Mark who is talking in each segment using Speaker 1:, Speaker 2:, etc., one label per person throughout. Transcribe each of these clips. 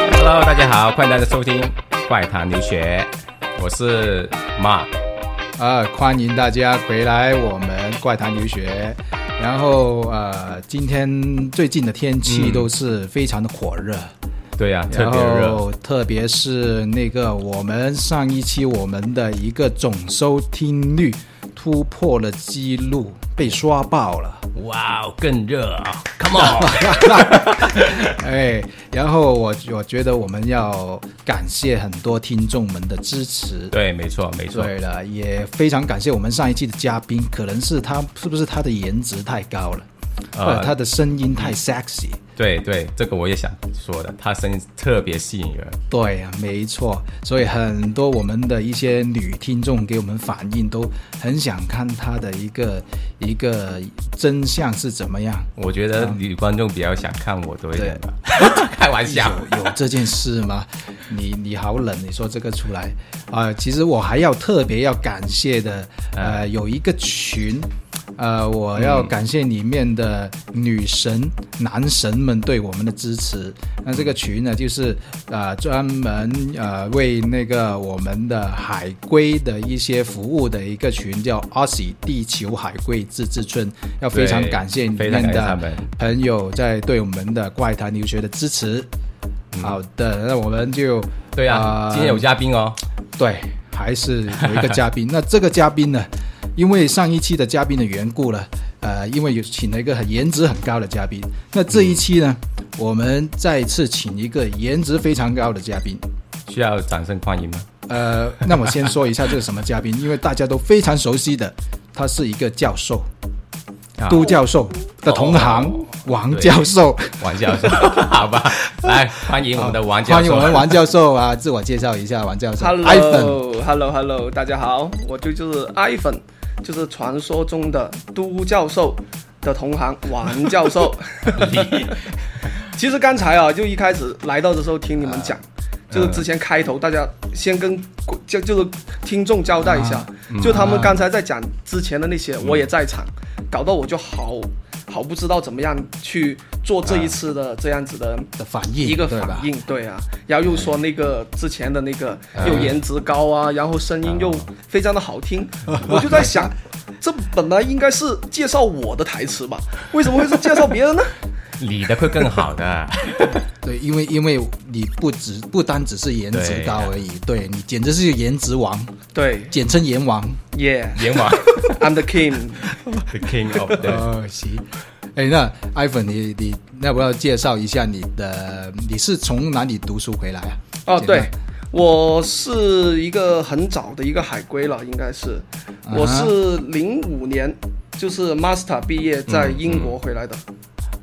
Speaker 1: 好，欢迎大家收听《怪谈留学》，我是 Mark。
Speaker 2: 啊，欢迎大家回来我们怪谈留学。然后呃，今天最近的天气都是非常的火热，
Speaker 1: 对呀、特
Speaker 2: 然
Speaker 1: 别热。
Speaker 2: 后特别是那个我们上一期我们的一个总收听率突破了记录，被刷爆了。
Speaker 1: 哇哦，更热啊！Come on！
Speaker 2: 哎，然后我我觉得我们要感谢很多听众们的支持。
Speaker 1: 对，没错，没错。
Speaker 2: 对了，也非常感谢我们上一期的嘉宾，可能是他是不是他的颜值太高了，
Speaker 1: 呃
Speaker 2: 或者他的声音太 sexy。
Speaker 1: 对对，这个我也想说的，他声音特别吸引人。
Speaker 2: 对呀，没错，所以很多我们的一些女听众给我们反映，都很想看他的一个一个真相是怎么样。
Speaker 1: 我觉
Speaker 2: 嗯
Speaker 1: 得女观众比较想看我多一点吧， 开玩笑。
Speaker 2: 有有这件事吗？你你好冷，你说这个出来啊、呃其实我还要特别要感谢的，呃，有一个群，呃，我要感谢里面的女神、男神们对我们的支持。那这个群呢，就是呃专门呃为那个我们的海龟的一些服务的一个群，叫 Aussie 地球海龟自治村，要 非常
Speaker 1: 对
Speaker 2: 感谢里
Speaker 1: 非常
Speaker 2: 面
Speaker 1: 感谢他
Speaker 2: 的
Speaker 1: 们
Speaker 2: 朋友在对我们的怪谈留学的支持。
Speaker 1: 嗯
Speaker 2: 好的，那我们就
Speaker 1: 对呀、
Speaker 2: 呃
Speaker 1: 今天有嘉宾哦。
Speaker 2: 对，还是有一个嘉宾。那这个嘉宾呢，因为上一期的嘉宾的缘故呢，呃，因为有请了一个很颜值很高的嘉宾，那这一期呢，我们再次请一个颜值非常高的嘉宾。
Speaker 1: 需要掌声欢迎吗？
Speaker 2: 呃，那我先说一下这是什么嘉宾，因为大家都非常熟悉的，他是一个教授，
Speaker 1: 啊
Speaker 2: 都教授的同行、
Speaker 1: 哦
Speaker 2: 王
Speaker 1: 对
Speaker 2: 教授。
Speaker 1: 王教 授，好吧，来欢迎我们的王教授。
Speaker 2: 欢迎我们王教授啊，自我介绍一下，王教授。iPhone，
Speaker 3: Hello，Hello，Hello，大家好，我就就是 iPhone，就是传说中的都教授的同行王教授。其实刚才啊，就一开始来到的时候听你们讲，就是之前开头大家先跟就就是听众交代一下，就他们刚才在讲之前的那些，我也在场，搞到我就好好不知道怎么样去做这一次的这样子的。
Speaker 2: 的反应，
Speaker 3: 一个
Speaker 2: 对吧
Speaker 3: 反？应，对啊，然后又说那个之前的那个
Speaker 2: 嗯
Speaker 3: 又颜值高啊，然后声音又非常的好听，我就在想， 这本来应该是介绍我的台词吧，为什么会是介绍 别人呢？
Speaker 1: 你的会更好的，
Speaker 2: 对，因为因为你不只不单只是颜值高而已，对你简直是颜值王，
Speaker 3: 对
Speaker 2: 简称颜王。
Speaker 3: ，Yeah，I'm
Speaker 1: 阎王
Speaker 3: the king。
Speaker 1: ，the king of the
Speaker 2: 哦，行。哎，那 iPhone，你你要不要介绍一下你的？你是从哪里读书回来啊？
Speaker 3: 哦，
Speaker 2: 简单
Speaker 3: 对，，我是一个很早的一个海归了，应该是，
Speaker 2: 啊哈
Speaker 3: 我是零五年就是 master 毕业在英国回来的。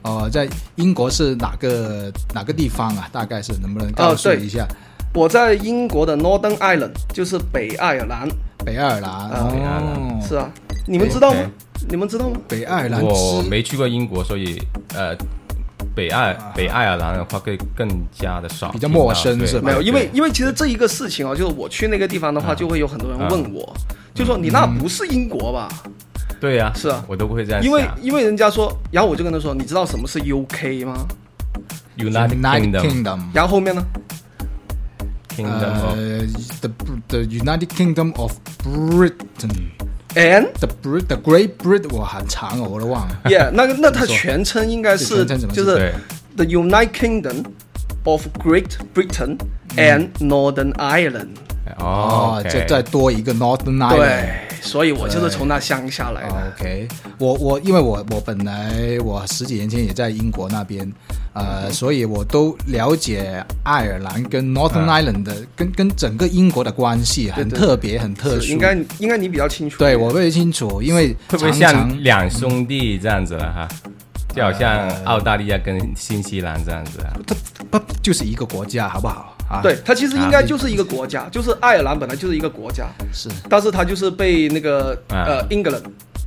Speaker 2: 哦，在英国是哪个哪个地方啊？大概是能不能告诉
Speaker 3: 哦对
Speaker 2: 一下？
Speaker 3: 我在英国的 Northern Ireland，就是北爱尔兰，
Speaker 2: 北爱尔兰，
Speaker 3: 啊
Speaker 1: 北爱尔
Speaker 2: 哦，
Speaker 3: 是啊，你们知道吗
Speaker 1: OK？
Speaker 3: 你们知道吗？
Speaker 2: 北 爱尔兰
Speaker 1: best。我
Speaker 2: 之
Speaker 1: 没去过英国，所以呃，北爱北爱尔兰的话会更加的少，
Speaker 2: 比较陌生是吧
Speaker 3: 没有，因为
Speaker 1: 对
Speaker 3: 因为其实这一个事情啊，就是我去那个地方的
Speaker 2: 嗯
Speaker 3: 话，就会有很多人问我，就说你那不是英国吧？
Speaker 2: 嗯
Speaker 1: 对呀，
Speaker 3: 是啊
Speaker 1: 我都不会这样想，
Speaker 3: 因为因为人家说，然后我就跟他说，你知道什么是 UK 吗？
Speaker 1: United Kingdom
Speaker 2: Kingdom。
Speaker 3: 然后后面呢？
Speaker 1: Kingdom 哦 of
Speaker 2: 呃，the the United Kingdom of Britain。
Speaker 3: And
Speaker 2: The Brit The Great Brit 我很长哦，我都忘了。
Speaker 3: yeah，那个那它
Speaker 2: 怎么说
Speaker 3: 全称应该
Speaker 2: 这
Speaker 3: 是
Speaker 2: 全称怎么
Speaker 3: 就
Speaker 2: 说
Speaker 3: 是
Speaker 1: 对
Speaker 3: The United Kingdom of Great Britain
Speaker 2: 嗯
Speaker 3: and Northern Ireland。
Speaker 1: 哦，
Speaker 2: 就再多一个 Northern Ireland。哦
Speaker 3: Oh, 对，所以我就是从那乡下来的。
Speaker 2: OK，我我因为我我本来我十几年前也在英国那边，
Speaker 3: 嗯
Speaker 2: 呃，所以我都了解爱尔兰跟 Northern Ireland 的、跟跟整个英国的关系很
Speaker 3: 嗯对
Speaker 2: 特别很特
Speaker 3: 是
Speaker 2: 殊。
Speaker 3: 应该应该你比较清楚。
Speaker 2: 对我会清楚，因为
Speaker 1: 会不会
Speaker 2: 常常
Speaker 1: 像两兄弟这样子了哈？就好像澳大利亚跟新西兰这样子啊，
Speaker 2: 它它就是一个国家，好不好？啊，
Speaker 3: 对，，它其实应该就是一个国家，就是爱尔兰本来就是一个国家，
Speaker 2: 是，
Speaker 3: 但是它就是被那个
Speaker 1: 啊
Speaker 3: 呃英格兰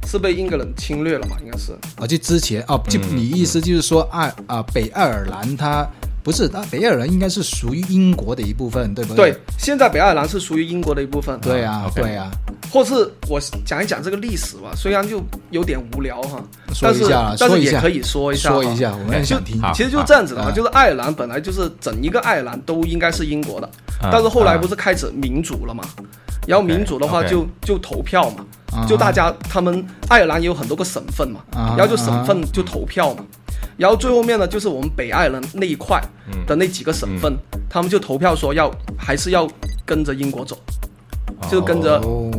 Speaker 3: 是被英格兰侵略了嘛，应该是。
Speaker 2: 哦，就之前哦，就
Speaker 3: 嗯
Speaker 2: 你意思就是说爱啊、北爱尔兰它不是，它北爱尔兰应该是属于英国的一部分，对不
Speaker 3: 对
Speaker 2: 对？，
Speaker 3: 现在北爱尔兰是属于英国的一部分。
Speaker 2: 对啊，
Speaker 1: OK
Speaker 2: 对啊，
Speaker 3: 或是我讲一讲这个历史吧，虽然就有点无聊哈，
Speaker 2: 说
Speaker 3: 但
Speaker 2: 一
Speaker 3: 是
Speaker 2: 下啦
Speaker 3: 但
Speaker 2: 说
Speaker 3: 是
Speaker 2: 一
Speaker 3: 也
Speaker 2: 下
Speaker 3: 可以说一下，哎
Speaker 2: 说一。下，我们也
Speaker 3: 就
Speaker 2: 想听。
Speaker 1: 好
Speaker 3: 其实就这样子的嘛，
Speaker 2: 啊
Speaker 3: 就是爱尔兰本来就是整一个爱尔兰都应该是英国的，
Speaker 1: 啊
Speaker 3: 但是后来
Speaker 1: 啊
Speaker 3: 不是开始民主了嘛？然后民主的话
Speaker 1: OK，OK
Speaker 3: 就就投票嘛
Speaker 2: 啊，
Speaker 3: 就大家他们爱尔兰也有很多个省份嘛，
Speaker 2: 啊
Speaker 3: 然后就省份就投票嘛，然后最后面呢就是我们北爱尔兰那一块
Speaker 2: 嗯
Speaker 3: 的那几个省份，他们就投票说要还是要跟着英国走，就跟着
Speaker 2: 哦，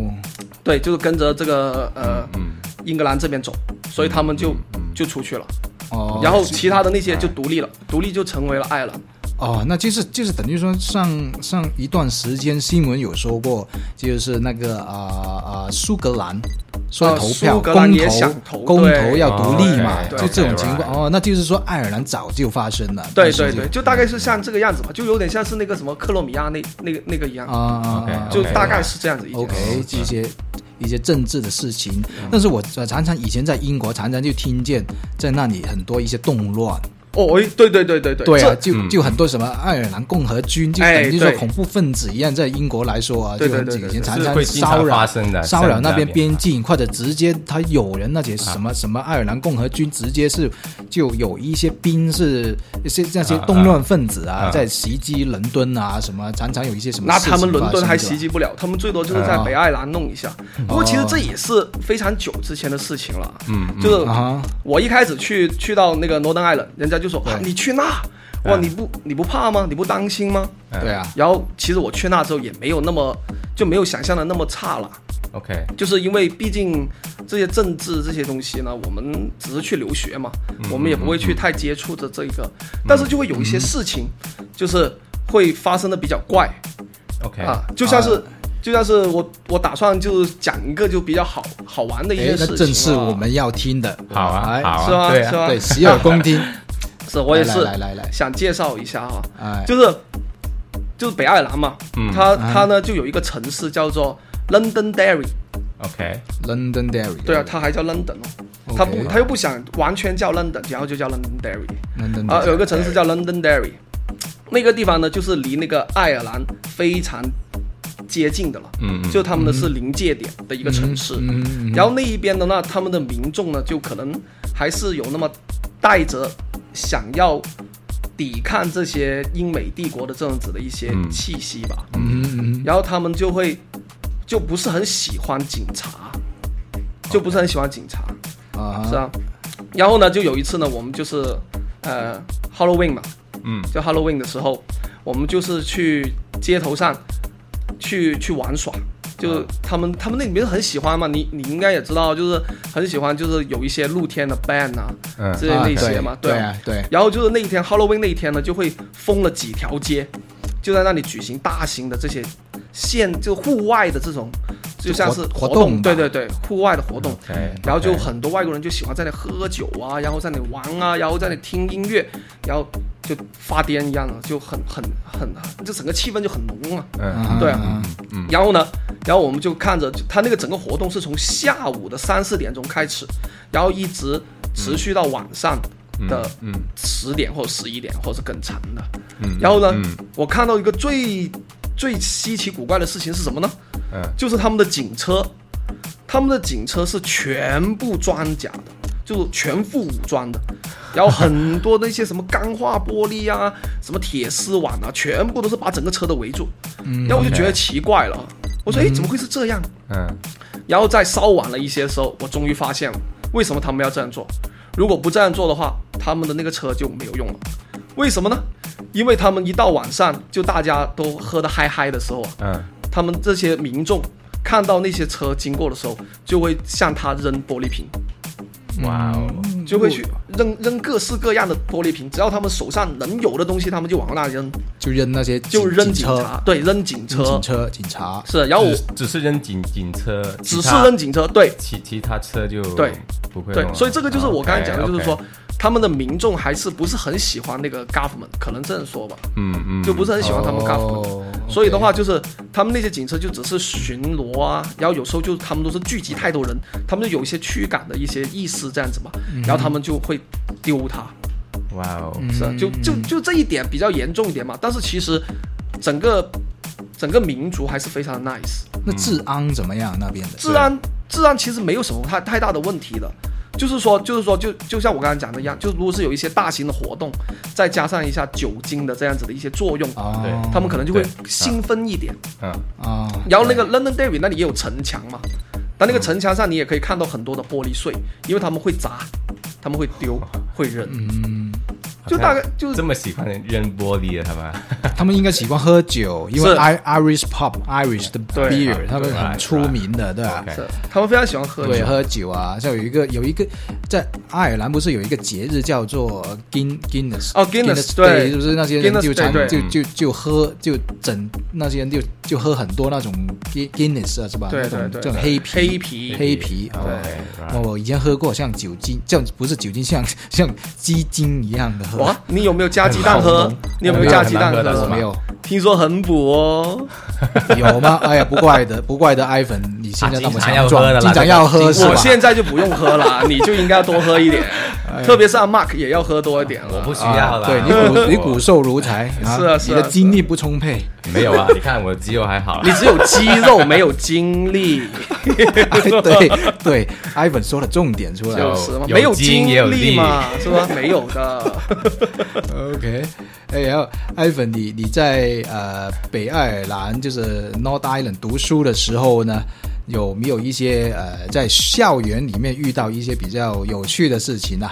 Speaker 3: 对，就是跟着这个呃
Speaker 1: 嗯
Speaker 3: 英格兰这边走，所以他们
Speaker 2: 嗯
Speaker 3: 就就出去了，
Speaker 2: 哦，
Speaker 3: 然后其他的那些就独立了，独立就成为了爱尔兰。
Speaker 2: 哦，那就是就是等于说上上一段时间新闻有说过，就是那个啊啊、苏格兰说
Speaker 3: 啊
Speaker 2: 投票、
Speaker 3: 苏格兰
Speaker 2: 公
Speaker 3: 也
Speaker 2: 投
Speaker 3: 想投
Speaker 2: 公
Speaker 3: 对
Speaker 2: 投要独立嘛，
Speaker 1: 哦，OK，
Speaker 2: 就这种
Speaker 1: OK，
Speaker 2: 情况
Speaker 1: right
Speaker 2: 哦，那就是说爱尔兰早就发生了，
Speaker 3: 对
Speaker 2: 但是
Speaker 3: 对
Speaker 2: 就
Speaker 3: 对，就大概是像这个样子吧，就有点像是那个什么克罗米亚那那个那个一样，
Speaker 2: 啊
Speaker 1: ，OK，
Speaker 3: 就
Speaker 1: OK，
Speaker 3: 大概是这样子一件
Speaker 2: OK
Speaker 3: 事。
Speaker 1: 哦
Speaker 2: 一些一些政治的事情，
Speaker 3: 嗯
Speaker 2: 但是我呃常常以前在英国常常就听见在那里很多一些动乱，
Speaker 3: 哦，哎，对对对对对，
Speaker 2: 对啊，
Speaker 3: 这
Speaker 2: 就
Speaker 1: 嗯
Speaker 2: 就很多什么爱尔兰共和军，就等
Speaker 3: 哎
Speaker 2: 于说
Speaker 3: 对
Speaker 2: 恐怖分子一样，在英国来说啊，
Speaker 3: 对
Speaker 2: 就
Speaker 3: 对
Speaker 2: 很
Speaker 3: 对
Speaker 2: 紧
Speaker 3: 对
Speaker 2: 以前
Speaker 3: 对
Speaker 2: 常
Speaker 1: 是
Speaker 2: 常
Speaker 1: 会经常
Speaker 2: 骚
Speaker 1: 发
Speaker 2: 扰
Speaker 1: 生的
Speaker 2: 骚扰那边边
Speaker 1: 啊
Speaker 2: 境，或者直接他有人那些
Speaker 3: 啊
Speaker 2: 什么什么爱尔兰共和军，直接是就有一些兵是一些那些
Speaker 1: 啊
Speaker 2: 动乱分子啊
Speaker 1: 啊，
Speaker 2: 在袭击伦敦啊，什么常常有一些什么
Speaker 3: 那
Speaker 2: 事情发
Speaker 3: 他
Speaker 2: 生。
Speaker 3: 们伦敦还袭
Speaker 2: 击
Speaker 3: 击不了，他们最多就是在
Speaker 2: 啊哦
Speaker 3: 北爱尔兰弄一下。不过其实这也是非常久之前的事情了，
Speaker 1: 嗯，
Speaker 3: 就是
Speaker 2: 啊
Speaker 3: 我一开始去去到那个 Northern Ireland，人家就说
Speaker 2: 对
Speaker 3: 啊，你去那，哇，你不你不怕吗？你不担心吗？
Speaker 2: 哈，
Speaker 1: 嗯
Speaker 2: 对啊，
Speaker 3: 然后其实我去那之后也没有那么就没有想象的那么差了。
Speaker 1: OK，
Speaker 3: 就是因为毕竟这些政治这些东西呢，我们只是去留学嘛，
Speaker 2: 嗯
Speaker 3: 我们也不会去太接触的这一个，但是就会有一些事情，就是会发生的比较怪
Speaker 2: 哎
Speaker 1: OK，
Speaker 3: 啊，就像是。就像是我，我打算就是讲一个就比较好好玩的一
Speaker 2: 哎
Speaker 3: 件，事
Speaker 2: 那
Speaker 3: 情、啊，
Speaker 2: 正是我们要听的，
Speaker 1: 好啊，
Speaker 2: 哎
Speaker 1: 好啊，
Speaker 3: 是吗
Speaker 1: 对
Speaker 3: 是
Speaker 1: 啊，
Speaker 3: 吗
Speaker 2: 对，洗耳恭听，
Speaker 3: 是我也是
Speaker 2: 来来来来，
Speaker 3: 想介绍一下哈、
Speaker 2: 哎，
Speaker 3: 就是就是北爱尔兰嘛，
Speaker 1: 嗯
Speaker 3: 它
Speaker 2: 啊
Speaker 3: 它呢就有一个城市叫做 Londonderry，
Speaker 1: ，OK，
Speaker 2: London Dairy，
Speaker 3: 对啊，它还叫 London 哦，它不
Speaker 2: OK
Speaker 3: 它又不想完全叫 London，然后就叫 Londonderry。
Speaker 2: ，London
Speaker 3: 啊，有一
Speaker 2: Dairy，
Speaker 3: 个城市叫 Londonderry，那个地方呢，就是离那个爱尔兰非常接近的了，
Speaker 1: 嗯嗯
Speaker 3: 就他们的是临界点的一个城市。
Speaker 2: 嗯嗯
Speaker 3: 然后那一边的那他们的民众呢，就可能还是有那么带着想要抵抗这些英美帝国的这样子的一些
Speaker 1: 嗯
Speaker 3: 气息吧。
Speaker 2: 嗯嗯嗯。
Speaker 3: 然后他们就会就不是很喜欢警察，就不是很喜欢警察。
Speaker 2: 啊
Speaker 3: 是啊。然后呢，就有一次呢，我们就是呃 Halloween 嘛，
Speaker 1: 嗯
Speaker 3: 就 Halloween 的时候，我们就是去街头上去去玩耍。就
Speaker 1: 嗯
Speaker 3: 他们，他们那里面很喜欢嘛，你你应该也知道，就是很喜欢，就是有一些露天的 band 啊
Speaker 1: 嗯
Speaker 3: 之类那些嘛，
Speaker 2: 对
Speaker 3: 啊
Speaker 2: 啊，对，
Speaker 3: 然后就是那一天 Halloween 那一天呢，就会封了几条街，就在那里举行大型的这些现就户外的这种，就像是
Speaker 2: 活活
Speaker 3: 活
Speaker 2: 动吧嗯
Speaker 3: 对对对，户外的活动。
Speaker 1: ，OK，
Speaker 3: 然后就很多外国人就喜欢在那喝酒啊，然后在那里玩啊，然后在那里听音乐，然后就发癫一样的，就很很很，这整个气氛就很浓啊。
Speaker 1: 嗯
Speaker 3: 对
Speaker 2: 啊，
Speaker 1: 嗯
Speaker 3: 然后呢，然后我们就看着就他那个整个活动是从下午的三四点钟开始，然后一直持续到晚上的
Speaker 1: 嗯
Speaker 3: 十点或十一点，或者是更长的。
Speaker 1: 嗯，
Speaker 3: 然后呢，
Speaker 1: 嗯
Speaker 3: 我看到一个最最稀奇古怪的事情是什么呢？
Speaker 1: 嗯
Speaker 3: 就是他们的警车，他们的警车是全部装甲的，就是全副武装的，然后很多那些什么钢化玻璃啊、什么铁丝网啊，全部都是把整个车都围住。然后我就觉得奇怪了，我说诶，怎么会是这样？
Speaker 1: 嗯
Speaker 3: 然后在稍晚了一些时候，我终于发现了为什么他们要这样做。如果不这样做的话，他们的那个车就没有用了。为什么呢？因为他们一到晚上，就大家都喝得嗨嗨的时候啊，
Speaker 1: 嗯
Speaker 3: 他们这些民众看到那些车经过的时候，就会向他扔玻璃瓶，
Speaker 1: 嗯，哇哦，
Speaker 3: 就会去扔扔各式各样的玻璃瓶，只要他们手上能有的东西，他们就往那里扔，
Speaker 2: 就扔那些
Speaker 3: 就扔警
Speaker 2: 车、
Speaker 3: 察，对，扔警
Speaker 2: 扔
Speaker 3: 车
Speaker 2: 警，车、警察，
Speaker 3: 是，然后我
Speaker 1: 只只是扔警警车，
Speaker 3: 只
Speaker 1: 其
Speaker 3: 是
Speaker 1: 他
Speaker 3: 扔警车，对
Speaker 1: 其其他车就
Speaker 3: 对
Speaker 1: 不会
Speaker 3: 对
Speaker 1: 弄，了哦
Speaker 3: 所以这个就是我刚才讲的，
Speaker 1: OK，OK
Speaker 3: 就是说。他们的民众还是不是很喜欢那个 government，可能这样说吧，
Speaker 1: 嗯嗯，
Speaker 3: 就不是很喜欢他们 government，、
Speaker 2: 哦
Speaker 3: 所以的话，就是他们那些警车就只是巡逻啊，然后有时候就他们都是聚集太多人，他们就有一些驱赶的一些意识这样子嘛，然后他们就会丢它，
Speaker 1: 哇哦，
Speaker 2: 嗯
Speaker 3: 是吧？就就就这一点比较严重一点嘛。但是其实整个整个民族还是非常 nice，
Speaker 2: 那治安怎么样？那边的
Speaker 3: 治安治安其实没有什么太太大的问题的，就是说就是说就就像我刚才讲的一样，就如果是有一些大型的活动，再加上一下酒精的这样子的一些作用，
Speaker 2: 哦，
Speaker 1: 对
Speaker 3: 他们可能就会
Speaker 1: 对啊
Speaker 3: 兴奋一点。
Speaker 1: 嗯，
Speaker 2: 哦，
Speaker 3: 然后那个 London Dairy 那里也有城墙嘛，但那个城墙上你也可以看到很多的玻璃碎，因为他们会砸，他们会丢，会扔，
Speaker 2: 嗯，
Speaker 3: 就大概就是
Speaker 1: 这么喜欢扔玻璃的他们。
Speaker 2: 他们应该喜欢喝酒，因为
Speaker 3: 是
Speaker 2: I Irish pub Irish 的
Speaker 3: 对
Speaker 2: beer
Speaker 1: 啊
Speaker 2: 他们
Speaker 1: 对
Speaker 2: 很出名的，对吧？
Speaker 1: OK
Speaker 3: 是他们非常喜欢喝
Speaker 2: 对，
Speaker 3: 酒。
Speaker 2: 喝酒啊，像有一个有一个在爱尔兰不是有一个节日叫做 Guin Guinness
Speaker 3: 哦
Speaker 2: Guinness
Speaker 3: ，Guinness，
Speaker 2: Day，
Speaker 3: 对
Speaker 2: 是不是那些人
Speaker 3: Guinness
Speaker 2: 就
Speaker 3: Day，
Speaker 2: 常
Speaker 3: 对
Speaker 2: 就就就喝就整那些人就就喝很多那种 Gui- Guinness 啊，是吧？
Speaker 3: 对
Speaker 2: 那种
Speaker 3: 对对
Speaker 2: 这种黑啤
Speaker 3: 黑啤
Speaker 2: 黑啤
Speaker 1: 对
Speaker 2: 哦
Speaker 1: right
Speaker 2: 哦我以前喝过像酒精，像不是酒精，像 像鸡精一样的喝。
Speaker 3: 哇，你有没有加鸡蛋喝
Speaker 1: 很好？
Speaker 3: 你有没有加鸡蛋
Speaker 1: 很难喝
Speaker 2: 我
Speaker 1: 的是吗
Speaker 2: 没有，
Speaker 3: 听说很补哦。
Speaker 2: 有吗？ 哎呀，不怪的，不怪的，i p h o n 你现在那么
Speaker 1: 啊经常要
Speaker 2: 强
Speaker 1: 喝的
Speaker 2: 壮，
Speaker 1: 啦
Speaker 2: 经常要喝是吧
Speaker 3: 我？现在就不用喝了， 你就应该多喝一点，特别是阿 Mark 也要喝多一点
Speaker 1: 哎我
Speaker 3: 了。
Speaker 1: 不需要了。
Speaker 2: 啊对你骨你骨瘦如柴，啊
Speaker 3: 是啊是
Speaker 2: 你
Speaker 3: 啊
Speaker 2: 的精力不充沛。
Speaker 1: 没有啊？你看我肌肉还好
Speaker 3: 你
Speaker 1: 啦。
Speaker 3: 只有肌肉没有 精力，
Speaker 2: 哎对对，Ivan 说了重点出来
Speaker 1: 就
Speaker 2: 了。
Speaker 3: 就是嘛，
Speaker 1: 有
Speaker 3: 没有
Speaker 1: 筋
Speaker 3: 精
Speaker 1: 也有
Speaker 3: 力嘛， 是吧？没有的，
Speaker 2: OK，哎，然后 Ivan，你你在呃北爱尔兰就是 North Island 读书的时候呢，有没有一些呃在校园里面遇到一些比较有趣的事情啊？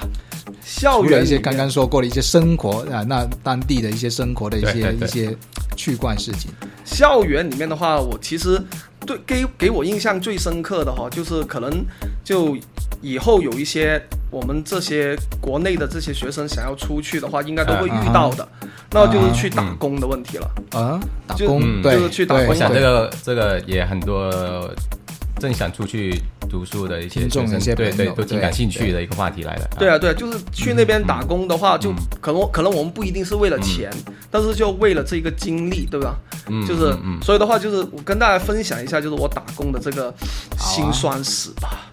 Speaker 3: 校
Speaker 2: 除了
Speaker 3: 园
Speaker 2: 一
Speaker 3: 里
Speaker 2: 些
Speaker 3: 面
Speaker 2: 刚刚说过的一些生活啊，那当地的一些生活的一些
Speaker 1: 对对对
Speaker 2: 一些趣惯事情。
Speaker 3: 校园里面的话，我其实对给给我印象最深刻的哈，就是可能就以后有一些我们这些国内的这些学生想要出去的话，应该都会遇到的，那就是去打工的问题了。
Speaker 2: 啊，打
Speaker 3: 就
Speaker 2: 工
Speaker 1: 嗯
Speaker 2: 对，
Speaker 3: 就是去打
Speaker 2: 对
Speaker 1: 我
Speaker 3: 工
Speaker 1: 想
Speaker 2: 对
Speaker 1: 这个这个也很多正想出去读书的一些
Speaker 2: 听众
Speaker 1: 学
Speaker 2: 一
Speaker 1: 生，
Speaker 2: 些
Speaker 1: 对
Speaker 2: 朋
Speaker 1: 对
Speaker 2: 友
Speaker 1: 都挺
Speaker 2: 对
Speaker 1: 感兴
Speaker 2: 对
Speaker 1: 趣的一个话题来的。
Speaker 3: 对啊，对啊，就是去那边打工的话，就
Speaker 2: 嗯
Speaker 3: 可能可能我们不一定是为了钱，但是就为了这个经历，对吧？
Speaker 1: 嗯，
Speaker 3: 就是
Speaker 1: 嗯嗯
Speaker 3: 所以的话，就是我跟大家分享一下，就是我打工的这个辛酸史吧。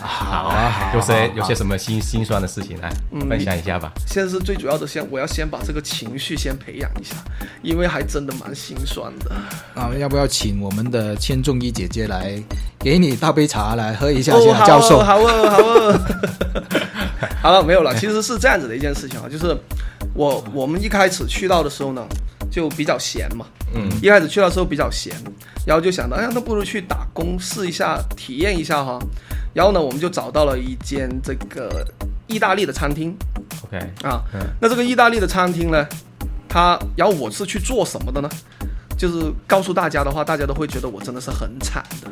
Speaker 2: 好啊，好啊
Speaker 1: 有些有些
Speaker 2: 好
Speaker 1: 什么心心酸的事情来啊
Speaker 2: 嗯
Speaker 1: 分享一下吧？
Speaker 3: 现在是最主要的先，我要先把这个情绪先培养一下，因为还真的蛮心酸的。
Speaker 2: 啊啊，要不要请我们的千仲一姐姐来给你倒杯茶来喝一下
Speaker 3: 哦，
Speaker 2: 先啊，
Speaker 3: 好
Speaker 2: 教授
Speaker 3: 哦，。好哦，好哦。 好了，没有了。其实是这样子的一件事情啊，就是我我们一开始去到的时候呢，就比较闲嘛。
Speaker 1: 嗯，
Speaker 3: 一开始去到的时候比较闲，然后就想到，哎呀，那不如去打工试一下，体验一下哈。然后呢，我们就找到了一间这个意大利的餐厅
Speaker 1: OK，
Speaker 3: 啊。
Speaker 1: 嗯
Speaker 3: 那这个意大利的餐厅呢，它，然后我是去做什么的呢？就是告诉大家的话，大家都会觉得我真的是很惨的，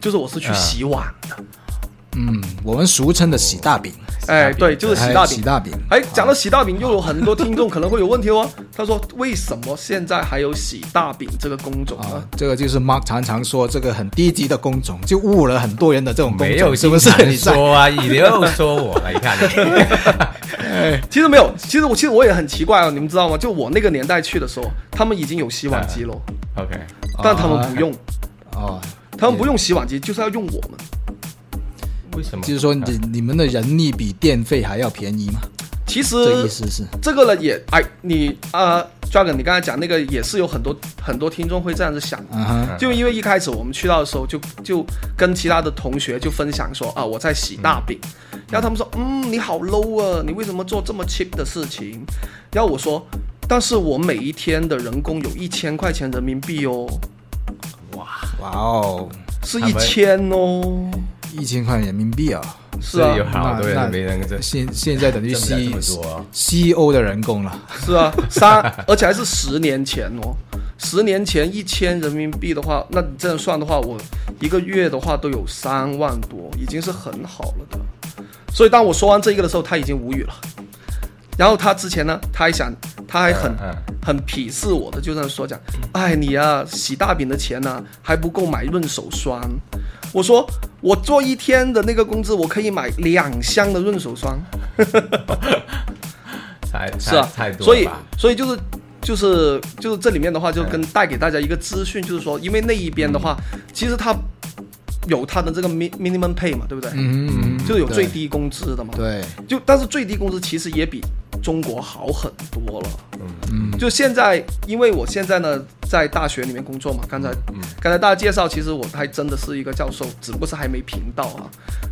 Speaker 3: 就是我是去
Speaker 1: 啊
Speaker 3: 洗碗的。
Speaker 2: 嗯，我们俗称的洗大饼，
Speaker 3: 哎，对，就是洗大
Speaker 2: 哎
Speaker 3: 饼
Speaker 2: 洗。大饼。
Speaker 3: 哎，讲到洗大饼，又有很多听众可能会有问题哦。他说，为什么现在还有洗大饼这个工种
Speaker 2: 啊
Speaker 3: 呢？，
Speaker 2: 这个就是 Mark 常常说这个很低级的工种，就误了很多人的这种工
Speaker 1: 没
Speaker 2: 种，
Speaker 1: 有
Speaker 2: 是不是
Speaker 1: 经？常
Speaker 2: 你在
Speaker 1: 说啊，你又说我了，你看你，
Speaker 3: 其实没有，其实我其实我也很奇怪哦，你们知道吗？就我那个年代去的时候，他们已经有洗碗机了，
Speaker 1: OK，
Speaker 2: 哎
Speaker 3: 但他
Speaker 2: 啊
Speaker 3: 们不用，
Speaker 2: 哦，
Speaker 3: 他们不用洗碗机，就是要用我们。
Speaker 1: 为什么？
Speaker 2: 就是说你你们的人力比电费还要便宜吗？
Speaker 3: 其实
Speaker 2: 这意思是
Speaker 3: 这个呢也哎，你啊、抓 d r a g o n 你刚才讲那个也是有很多很多听众会这样子想。
Speaker 2: 啊
Speaker 1: 嗯
Speaker 2: 哈，
Speaker 3: 就因为一开始我们去到的时候就，就跟其他的同学就分享说啊，我在洗大饼，然后他们说，嗯，你好 low 啊，你为什么做这么 cheap 的事情？然后我说，但是我每一天的人工有一千块钱人民币哦，
Speaker 2: 哇哦，
Speaker 3: 是
Speaker 1: 他
Speaker 3: 一
Speaker 1: 们
Speaker 3: 千哦，
Speaker 2: 一千块人民币啊、
Speaker 3: 是
Speaker 1: 有
Speaker 3: 啊，
Speaker 1: 好多
Speaker 2: 那
Speaker 1: 人没人跟这
Speaker 2: 现现在等于
Speaker 1: 挣不了
Speaker 2: C
Speaker 1: 这么多啊
Speaker 2: C E O 的人工了，
Speaker 3: 是啊，三，而且还是十年前哦，十年前一千人民币的话，那你这样算的话，我一个月的话都有三万多，已经是很好了的。所以当我说完这一个的时候，他已经无语了。然后他之前呢，他还想，他还很、
Speaker 1: 嗯嗯
Speaker 3: 很鄙视我的，就这样说讲，哎，你啊，洗大饼的钱呢、还不够买润手霜。我说我做一天的那个工资，我可以买两箱的润手霜。
Speaker 1: 嗯太
Speaker 3: 是啊，
Speaker 1: 太太多
Speaker 3: 所
Speaker 1: 了
Speaker 3: 以
Speaker 1: 吧，
Speaker 3: 所以就是就是就是这里面的话，就跟带给大家一个资讯，就是说，因为那一边的话，其实它有它的这个 min minimum pay 嘛，对不对？
Speaker 2: 嗯嗯，嗯
Speaker 3: 就是有
Speaker 2: 对
Speaker 3: 最低工资的嘛。。
Speaker 2: 对
Speaker 3: 就但是最低工资其实也比中国好很多了。嗯，就现在，因为我现在呢在大学里面工作嘛，刚才、
Speaker 1: 嗯
Speaker 3: 刚才大家介绍，其实我还真的是一个教授，只不过是还没评到啊，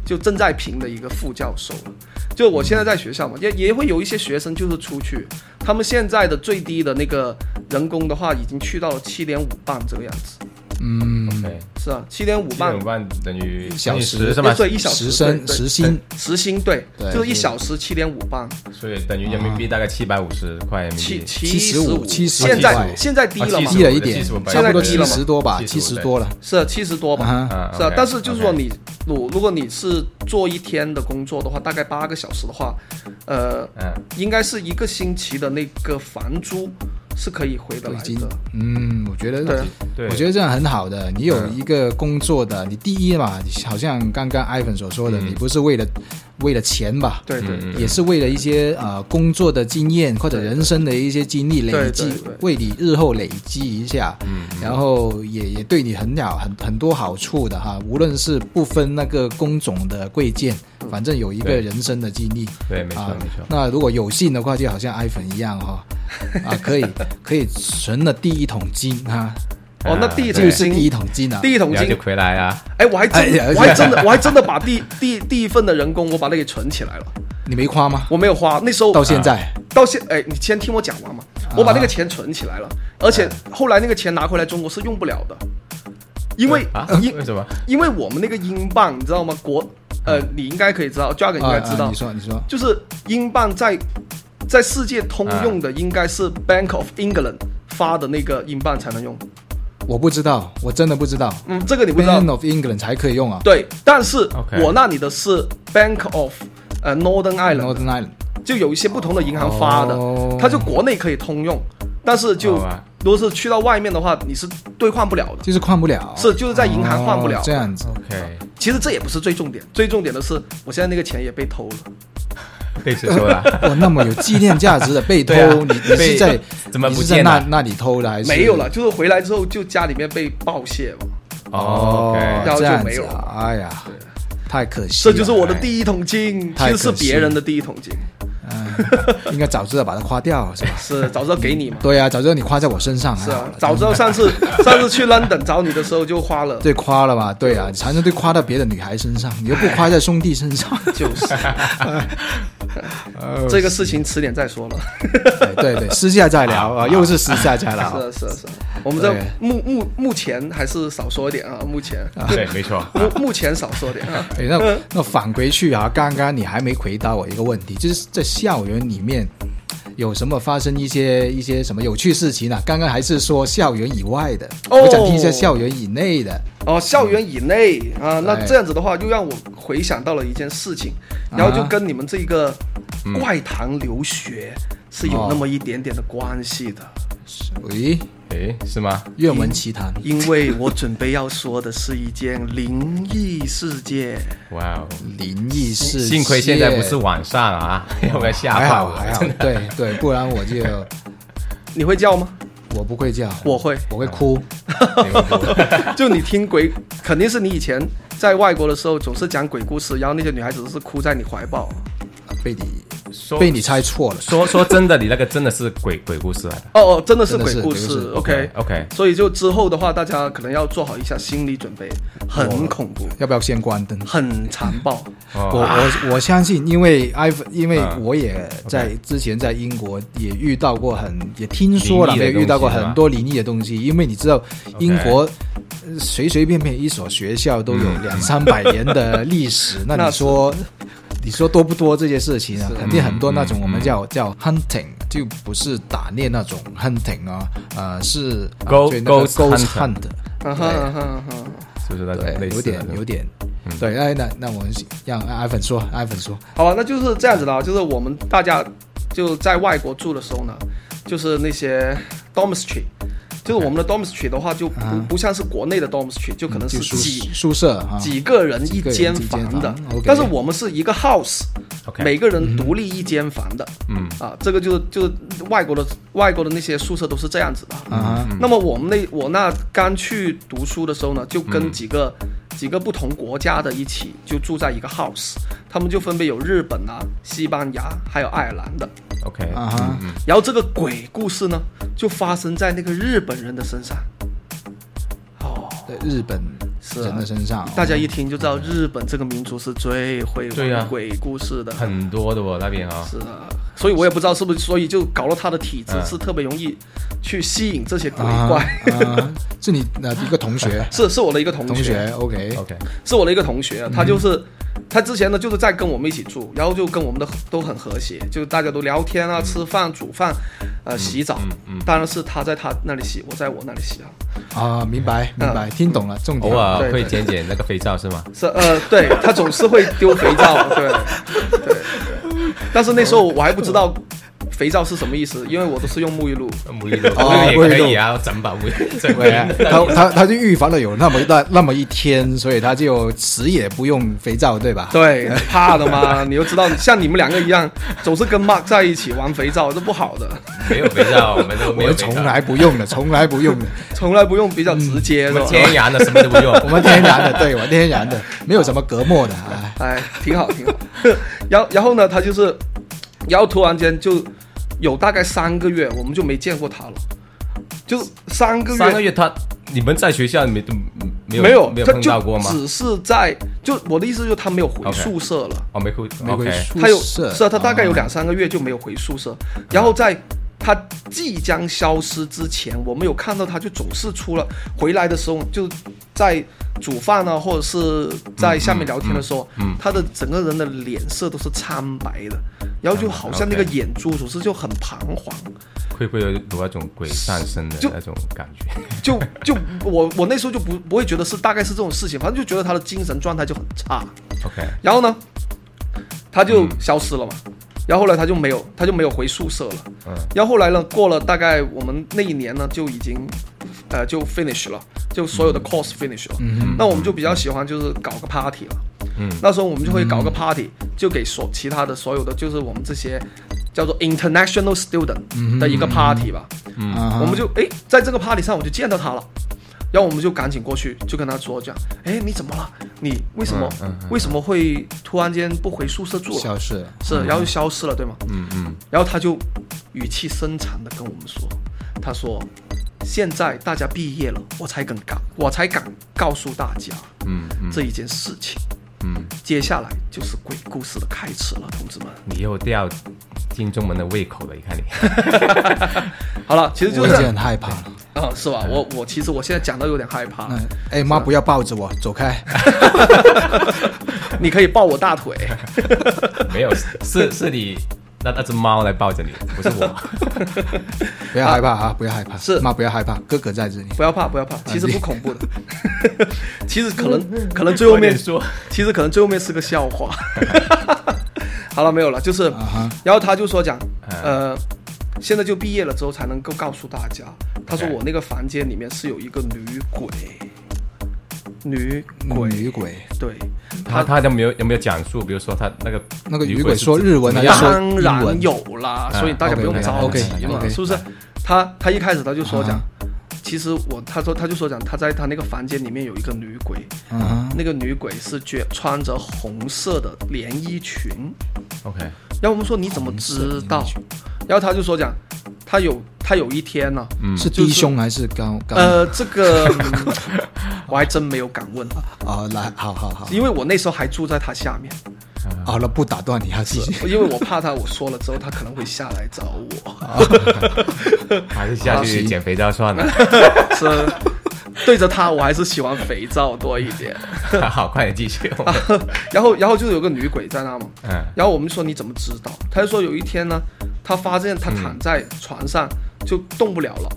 Speaker 3: 就正在评的一个副教授了。就我现在在学校嘛，也也会有一些学生就是出去，他们现在的最低的那个人工的话，已经去到了七点五磅这个样子。
Speaker 2: 嗯，
Speaker 1: ，OK，
Speaker 3: 是啊，七点五
Speaker 1: 七
Speaker 3: 磅呃
Speaker 1: 点五万等于
Speaker 2: 小时
Speaker 1: 时是吧？
Speaker 3: 对，一小
Speaker 2: 时
Speaker 3: 时
Speaker 2: 薪
Speaker 3: 对对
Speaker 2: 时薪
Speaker 3: 时薪对，
Speaker 2: 对
Speaker 3: 就是一小时七点五磅，
Speaker 1: 所以等于人民币大概七百五十块人民
Speaker 3: 七
Speaker 1: 币，
Speaker 3: 七五，
Speaker 2: 75
Speaker 3: 现
Speaker 2: 块
Speaker 3: 在现在低了嘛
Speaker 1: 啊
Speaker 2: 低了一点
Speaker 1: 75吧，
Speaker 2: 差不多
Speaker 3: 现在低
Speaker 2: 七
Speaker 3: 了嘛
Speaker 2: 十多吧，七
Speaker 1: 70
Speaker 2: 十多了。
Speaker 3: 是七十多吧，
Speaker 2: 啊哈，
Speaker 1: 啊
Speaker 3: 是啊
Speaker 1: OK，，
Speaker 3: 但是就是说
Speaker 1: OK
Speaker 3: 你如如果你是做一天的工作的话，大概八个小时的话，呃，
Speaker 1: 嗯，
Speaker 3: 应该是一个星期的那个房租是可以回得来
Speaker 2: 已经
Speaker 3: 的，
Speaker 2: 嗯，我觉
Speaker 3: 对
Speaker 2: 得
Speaker 3: 啊，
Speaker 1: 对，
Speaker 2: 我觉得这样很好的。你有
Speaker 1: 嗯
Speaker 2: 一个工作的，你第一嘛，你好像刚刚 Ivan 所说的，
Speaker 1: 嗯
Speaker 2: 你不是为了为了钱吧？
Speaker 3: 对对对
Speaker 1: 嗯
Speaker 2: 也是为了一些呃工作的经验或者
Speaker 3: 对对
Speaker 2: 人生的一些经历累
Speaker 3: 对对
Speaker 2: 积
Speaker 3: 对，
Speaker 2: 为你日后累积一下，
Speaker 1: 嗯，嗯
Speaker 2: 然后也也对你很好很很多好处的哈。无论是不分那个工种的贵贱，反正有一个
Speaker 1: 对
Speaker 2: 人生的经历
Speaker 1: 对，没错
Speaker 2: 啊
Speaker 1: 没错。，
Speaker 2: 那如果有幸的话，就好像 iPhone 一样哈、啊， 可以可以存了第一桶金哈，
Speaker 3: 哦那
Speaker 1: 啊
Speaker 3: 第一
Speaker 1: 对
Speaker 2: 这就是第一桶金啊。
Speaker 3: 第一桶
Speaker 1: 然后
Speaker 3: 金
Speaker 1: 就。回来啊，
Speaker 3: 哎，我还真
Speaker 2: 哎呀
Speaker 3: 的，我还真的，我还真的把第第第一份的人工，我把它给存起来了，
Speaker 2: 你没花吗？
Speaker 3: 我没有花。那时候
Speaker 2: 到现在、
Speaker 3: 到现哎，你先听我讲完嘛。
Speaker 1: 啊
Speaker 3: 我把那个钱存起来了，而
Speaker 1: 哎
Speaker 3: 且后来那个钱拿回来中国是用不了的，因为
Speaker 1: 啊，
Speaker 3: 因
Speaker 1: 为什么？
Speaker 3: 因为我们那个英镑，你知道吗？国呃，你应该可以知道，Dragon 应该
Speaker 2: 啊
Speaker 3: 知
Speaker 1: 哎
Speaker 2: 啊
Speaker 3: 道
Speaker 2: 你，说你说，
Speaker 3: 就是英镑在在世界通
Speaker 1: 哎
Speaker 3: 用的应该是 Bank of England 发的那个英镑才能用。
Speaker 2: 我不知道，我真的不知道。
Speaker 3: 嗯，这个你不知道
Speaker 2: Ban。of England 才可以用啊
Speaker 3: 对，但是
Speaker 1: OK
Speaker 3: 我那里的是 Bank of 呃 Northern Ireland，
Speaker 2: ，Northern Ireland。
Speaker 3: 就有一些不同的银行发的
Speaker 2: 哦，
Speaker 3: 它就国内可以通用，但是就
Speaker 1: 好吧
Speaker 3: 如果是去到外面的话，你是兑换不了的。
Speaker 2: 就是换不了，
Speaker 3: 是就是在银行换不了
Speaker 2: 哦这样子。
Speaker 1: OK，
Speaker 3: 其实这也不是最重点，最重点的是我现在那个钱也被偷了。
Speaker 1: 被谁说了？
Speaker 2: 哇，那么有纪念价值的被 偷，
Speaker 1: 对啊
Speaker 2: 你你是
Speaker 1: 被
Speaker 2: 在
Speaker 1: 怎么
Speaker 2: 你
Speaker 1: 不
Speaker 2: 是在
Speaker 1: 见
Speaker 2: 那
Speaker 1: 了？
Speaker 2: 那里偷的还是
Speaker 3: 没有？了，就是回来之后就家里面被爆泄了，
Speaker 1: 哦，OK，
Speaker 3: 然
Speaker 2: 这
Speaker 3: 后就
Speaker 2: 样
Speaker 3: 没
Speaker 2: 子
Speaker 3: 有
Speaker 2: 啊！哎呀，太可惜
Speaker 3: 这
Speaker 2: 了，
Speaker 3: 就是我的第一桶金，其
Speaker 2: 太
Speaker 3: 实是
Speaker 2: 可惜
Speaker 3: 别人的第一桶金，
Speaker 2: 嗯应该早知道把它花 掉是吧？
Speaker 3: 是早知道给你嘛，
Speaker 2: 对呀、早知道你花在我身上哎还
Speaker 3: 是
Speaker 2: 好
Speaker 3: 啊
Speaker 2: 了，
Speaker 3: 早知道上次上次去 London 找你的时候就花 了，
Speaker 2: 对夸了吧？对啊，你才能对夸到别的女孩身上，你又不夸在兄弟身 上。
Speaker 3: 就是
Speaker 2: 哦
Speaker 3: 这个事情迟点再说了。
Speaker 2: 对哎对对，私下再聊啊，又是私下再聊。
Speaker 3: 是啊是啊是啊，我们这
Speaker 2: 对
Speaker 3: 目目目前还是少说点啊，目前
Speaker 1: 对，没错。
Speaker 3: 目目前少说点啊。
Speaker 2: 哎，那那返回去啊，刚刚你还没回答我一个问题，就是在校园里面有什么发生一些一些什么有趣事情啊？刚刚还是说校园以外的，
Speaker 3: 哦
Speaker 2: 我想听一下校园以内的。
Speaker 3: 哦，校园以内啊，那
Speaker 2: 哎
Speaker 3: 这样子的话，又让我回想到了一件事情，然后就跟你们这个怪谈留学是有那么一点点的关系的，
Speaker 2: 喂，
Speaker 1: 诶，是吗？
Speaker 2: 愿闻其谈。
Speaker 3: 因为我准备要说的是一件灵异事件。
Speaker 1: 哇哦！
Speaker 2: 灵异事，
Speaker 1: 幸亏现在不是晚上啊， 要不然吓坏
Speaker 2: 还好
Speaker 1: 我。
Speaker 2: 还好，对对，不然 我就
Speaker 3: 你会叫吗？
Speaker 2: 我不会叫，
Speaker 3: 我会，
Speaker 2: 我会哭。
Speaker 3: 就你听鬼，肯定是你以前在外国的时候总是讲鬼故事，然后那些女孩子都是哭在你怀抱。
Speaker 2: 呃被你
Speaker 1: 说
Speaker 2: 被你猜错了，
Speaker 1: 说说真的，你那个真的是鬼鬼故事来的。
Speaker 3: 哦哦，真的是鬼
Speaker 2: 真的是
Speaker 3: 故
Speaker 2: 鬼故
Speaker 3: 事
Speaker 2: 事
Speaker 3: ，OK。
Speaker 1: OK，
Speaker 3: 所以就之后的话，大家可能要做好一下心理准备，很恐怖，
Speaker 2: 要不要先关灯？
Speaker 3: 很残 暴。
Speaker 2: 我
Speaker 1: 哦， 嗯
Speaker 2: 我我相信，因为 i 因为我也在
Speaker 1: OK
Speaker 2: 之前在英国也遇到过很，也听说了，
Speaker 1: 灵异的
Speaker 2: 没有遇到过
Speaker 1: 东西是吧
Speaker 2: 很多灵异的东西。因为你知道，英国呃随随便便一所学校都有
Speaker 1: 嗯
Speaker 2: 两三百年的 历史，那你
Speaker 3: 那是
Speaker 2: 说你说多不多这些事情啊？肯定很多
Speaker 1: 嗯
Speaker 2: 那种
Speaker 1: 嗯
Speaker 2: 我们叫叫 hunting，就不是打猎那种 hunting 啊，呃是
Speaker 1: Go-
Speaker 2: 对那个
Speaker 1: ghost
Speaker 2: ghost
Speaker 1: hunter
Speaker 2: hunt。
Speaker 3: 嗯哼嗯哼嗯哼，
Speaker 1: 是不是那种
Speaker 2: 对，
Speaker 1: 类似
Speaker 2: 有点
Speaker 1: 的嗯
Speaker 2: 有点，对，哎，那那我们让阿粉说，阿粉说，
Speaker 3: 好吧，那就是这样子的啊，就是我们大家就在外国住的时候呢，就是那些 dormitory，就是我们的 dormitory 的话，就不、
Speaker 2: 啊
Speaker 3: 不像是国内的 dormitory，就可能是
Speaker 2: 嗯就宿
Speaker 3: 几、
Speaker 2: 宿舍哈，
Speaker 3: 几个人一间
Speaker 2: 啊几个人一
Speaker 3: 房
Speaker 2: 间
Speaker 3: 的
Speaker 2: 房，OK，
Speaker 3: 但是我们是一个 house，每
Speaker 1: OK，
Speaker 3: 个人独立一间房的。
Speaker 1: 嗯
Speaker 3: 啊，这个就是就是外国的外国的那些宿舍都是这样子的。
Speaker 2: 啊
Speaker 1: 嗯
Speaker 3: 那么我们那我那刚去读书的时候呢，就跟几个、几个不同国家的一起就住在一个 house，他们就分别有日本啊、西班牙还有爱尔兰的。
Speaker 1: OK，嗯
Speaker 2: 啊哈，
Speaker 3: 然后这个鬼故事呢，就发生在那个日本人的身上。哦，
Speaker 2: 在日本
Speaker 3: 是啊
Speaker 2: 人的身上，
Speaker 3: 大家一听就知道，日本这个民族是最会
Speaker 1: 对啊
Speaker 3: 玩鬼故事的。
Speaker 1: 很多的哦，那边啊、
Speaker 3: 是啊，所以我也不知道是不是，所以就搞了他的体质
Speaker 1: 嗯
Speaker 3: 是特别容易去吸引这些鬼
Speaker 2: 啊
Speaker 3: 怪。，
Speaker 2: 啊，是你的一个同学
Speaker 3: 是是我的一 个同
Speaker 2: 同
Speaker 3: 学，
Speaker 2: 学，OK，
Speaker 1: OK，
Speaker 3: 是我的一个同学，他就是、他之前呢就是在跟我们一起住，然后就跟我们的都很和谐，就是大家都聊天啊、吃饭、煮饭，呃，洗澡。当然是他在他那里洗，我在我那里洗啊。
Speaker 2: 啊，明白
Speaker 3: 嗯
Speaker 2: 明白，听懂了，重
Speaker 1: 偶
Speaker 2: 点，
Speaker 1: 尔
Speaker 3: 对
Speaker 1: 会
Speaker 3: 对
Speaker 1: 捡捡那个肥皂是吗？
Speaker 3: 是呃，对他总是会丢肥皂，对对对。但是那时候我还不知道肥皂是什么意思，因为我都是用沐浴露。
Speaker 1: 沐浴露，
Speaker 2: 哦
Speaker 1: 沐浴
Speaker 2: 沐
Speaker 1: 露
Speaker 2: 浴
Speaker 1: 也可
Speaker 2: 露
Speaker 1: 以啊，整把沐浴，整
Speaker 2: 对
Speaker 1: 瓶
Speaker 2: 啊，他他他就预防了有那么一段那么一天，所以他就死也不用肥皂，对吧？
Speaker 3: 对，怕 的嘛，你又知道，像你们两个一样，总是跟 Mark 在一起玩肥皂，这不好的，
Speaker 1: 没有肥皂，我们都没
Speaker 2: 我
Speaker 1: 有
Speaker 2: 们
Speaker 1: 肥
Speaker 2: 从
Speaker 1: 皂，
Speaker 2: 来不用的，从来不用的，
Speaker 3: 从来不用比较直接，
Speaker 1: 我
Speaker 3: 是吧
Speaker 1: 们？天然的，什么都不用。
Speaker 2: 我们天然的，对我天然的，没有什么隔膜的，哎，
Speaker 3: 哎，挺好，挺好。 然后，然后呢，他就是，然后突然间就有大概三个月，我们就没见过他了，就三个 月，
Speaker 1: 三个月他，你们在学校没都没有
Speaker 3: 没有，
Speaker 1: 没有
Speaker 3: 他
Speaker 1: 碰
Speaker 3: 就
Speaker 1: 到过吗？
Speaker 3: 只是在，就我的意思就是他没有回
Speaker 1: OK
Speaker 3: 宿舍了
Speaker 1: 哦，没哭
Speaker 2: 玫瑰
Speaker 1: ，OK，
Speaker 2: 宿
Speaker 3: 他有
Speaker 2: 舍
Speaker 3: 是啊，他大概有
Speaker 2: 啊
Speaker 3: 两三个月就没有回宿舍，然后在他即将消失之前，我们有看到他就总是出了回来的时候就在煮饭啊，或者是在下面聊天的时候，
Speaker 1: 嗯嗯嗯
Speaker 3: 他的整个人的脸色都是苍白的，然后就好像那个
Speaker 1: OK
Speaker 3: 眼珠总是就很彷徨，
Speaker 1: 会不会有有那种鬼上身的
Speaker 3: 就
Speaker 1: 那种感觉？
Speaker 3: 就就我我那时候就不不会觉得是大概是这种事情，反正就觉得他的精神状态就很差。
Speaker 1: OK，
Speaker 3: 然后呢，他就
Speaker 1: 嗯
Speaker 3: 消失了嘛。然后后来他就没有，他就没有回宿舍了。
Speaker 1: 嗯
Speaker 3: 然后后来呢，过了大概我们那一年呢，就已经，呃，就 finish 了，就
Speaker 1: 嗯
Speaker 3: 所有的 course finish 了。那我们就比较喜欢就是搞个 party 了。
Speaker 1: 嗯
Speaker 3: 那时候我们就会搞个 party，、就给所其他的所有的就是我们这些叫做 international student 的一个 party 吧。
Speaker 2: 啊
Speaker 3: 我
Speaker 1: 嗯
Speaker 3: 们就诶，在这个 party 上我就见到他了，然后我们就赶紧过去，就跟他说讲，诶，你怎么了？你为什么、
Speaker 1: 嗯嗯嗯
Speaker 3: 为什么会突然间不回宿舍住了？
Speaker 2: 消失了，
Speaker 3: 是，然后就消失了，对吗？
Speaker 1: 嗯嗯，
Speaker 3: 然后他就语气深长的跟我们说，他说，现在大家毕业了，我才敢告，我才敢告诉大家
Speaker 1: 嗯嗯
Speaker 3: 这一件事情。
Speaker 1: 嗯，
Speaker 3: 接下来就是鬼故事的开始了，同志们。
Speaker 1: 你又吊听众们的胃口了，你看 你，
Speaker 3: 好了，其实就
Speaker 2: 我
Speaker 3: 是
Speaker 2: 已经很害怕了。
Speaker 3: 啊、是吧？我我其实我现在讲到有点害怕。
Speaker 2: 嗯，哎
Speaker 3: 啊
Speaker 2: 妈，不要抱着我，走开。
Speaker 3: 你可以抱我大腿。
Speaker 1: 没有， 是是你那那只猫来抱着你，不是 我。
Speaker 2: 不要害怕啊！不要害怕，
Speaker 3: 是
Speaker 2: 妈，不要害怕，哥哥在这里。
Speaker 3: 不要怕，不要怕，其实不恐怖的。啊 其实可
Speaker 2: 嗯
Speaker 3: 能可能最后
Speaker 1: 快
Speaker 3: 面
Speaker 1: 点说，
Speaker 3: 其实可能最后面是个笑话。 好了，没有了，就是
Speaker 2: 啊哈，
Speaker 3: 然后他就说讲，
Speaker 1: 嗯
Speaker 3: 呃，现在就毕业了之后才能够告诉大家。他说
Speaker 1: OK
Speaker 3: 我那个房间里面是有一个女鬼，女鬼，
Speaker 2: 女鬼，
Speaker 3: 对，
Speaker 1: 他他有没有有没有讲述？比如说他那个
Speaker 2: 那个
Speaker 1: 女
Speaker 2: 女鬼
Speaker 1: 是
Speaker 2: 说
Speaker 1: 怎
Speaker 2: 日文
Speaker 1: 怎
Speaker 2: 还
Speaker 1: 么样
Speaker 2: 是说英
Speaker 3: 当然
Speaker 2: 文啊
Speaker 3: 有啦，所以大家不用着急
Speaker 2: 嗯
Speaker 3: 嘛，
Speaker 2: ，OK，OK，OK，OK
Speaker 3: 是不是？他他一开始他就说讲
Speaker 2: 啊，
Speaker 3: 其实我他说他就说讲他在他那个房间里面有一个女鬼，
Speaker 2: 嗯
Speaker 3: 那个女鬼是觉穿着红色的连衣裙，
Speaker 1: ？OK，
Speaker 3: 然后我们说你怎么知道？然后他就说讲，他有他有一天呢、
Speaker 1: 嗯
Speaker 2: 哼，是
Speaker 3: 就是
Speaker 2: 低胸还是高高？
Speaker 3: 呃，这个、嗯 我还真没有敢问，
Speaker 2: 哦，来，好好好，
Speaker 3: 因为我那时候还住在他下面，
Speaker 2: 好了，不打断你，啊，继续。
Speaker 3: 因为我怕他我说了之后他可能会下来找 我，
Speaker 1: 还是下去捡肥皂算了。
Speaker 3: 是对着他我还是喜欢肥皂多一点。
Speaker 1: 好，快点继续。
Speaker 3: 然后然后就是有个女鬼在那嘛，
Speaker 1: 嗯
Speaker 3: 然后我们说你怎么知道？他就说有一天呢，他发现他躺在床上就动不了了，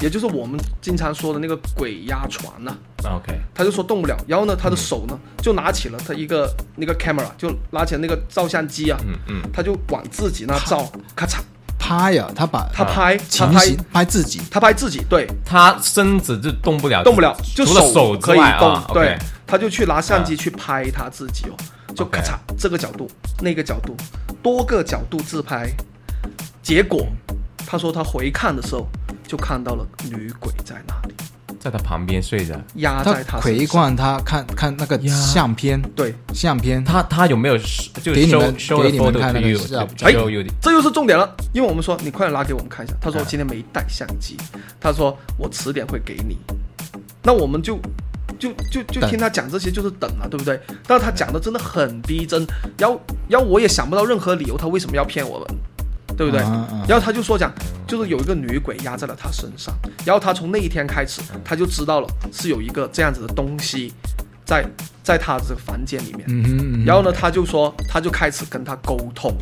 Speaker 3: 也就是我们经常说的那个鬼压床呐、
Speaker 1: ，OK，
Speaker 3: 他就说动不了，然后呢，他的手呢就拿起了他一个那个 camera，就拿起了那个照相机啊，
Speaker 1: 嗯嗯，
Speaker 3: 他就往自己那照，咔嚓，
Speaker 2: 拍呀，他把
Speaker 3: 他拍，他
Speaker 2: 啊情
Speaker 3: 拍
Speaker 2: 形，拍自己，
Speaker 3: 他拍自己，对，
Speaker 1: 他身子就动不了，
Speaker 3: 啊动不了，就
Speaker 1: 除了手之
Speaker 3: 可以
Speaker 1: 外
Speaker 3: 动，
Speaker 1: 啊
Speaker 3: 对
Speaker 1: OK，嗯
Speaker 3: 他就去拿相机去拍他自己哦，就咔
Speaker 1: OK
Speaker 3: 嚓这个角度，那个角度，多个角度自拍，结果他说他回看的时候就看到了女鬼在那里，
Speaker 1: 在他旁边睡着。
Speaker 3: 压
Speaker 2: 他
Speaker 3: 在他身
Speaker 2: 回
Speaker 3: 上。
Speaker 2: 灌他看看那个
Speaker 1: 呀
Speaker 2: 相片，
Speaker 3: 对，
Speaker 2: 相片，
Speaker 1: 他他有没有就
Speaker 2: 给你
Speaker 1: 收
Speaker 2: 们
Speaker 1: 收了
Speaker 2: 给你们
Speaker 1: photo
Speaker 2: 看那
Speaker 1: to
Speaker 2: 个
Speaker 1: you？
Speaker 2: 照
Speaker 1: 就就有
Speaker 3: 这又是重点了，因为我们说你快点拿给我们看一下，他说
Speaker 1: 啊
Speaker 3: 今天没带相机，他说我迟点会给你，那我们就。就就就
Speaker 2: 等
Speaker 3: 听他讲这些就是等啊了，对不对？但是他讲的真的很逼真，然后然后我也想不到任何理由他为什么要骗我们，对不对？
Speaker 2: 嗯嗯
Speaker 3: 然后他就说讲，就是有一个女鬼压在了他身上，然后他从那一天开始，他就知道了是有一个这样子的东西在在他这个房间里面，
Speaker 2: 嗯哼嗯哼，
Speaker 3: 然后呢，他就说他就开始跟他沟通，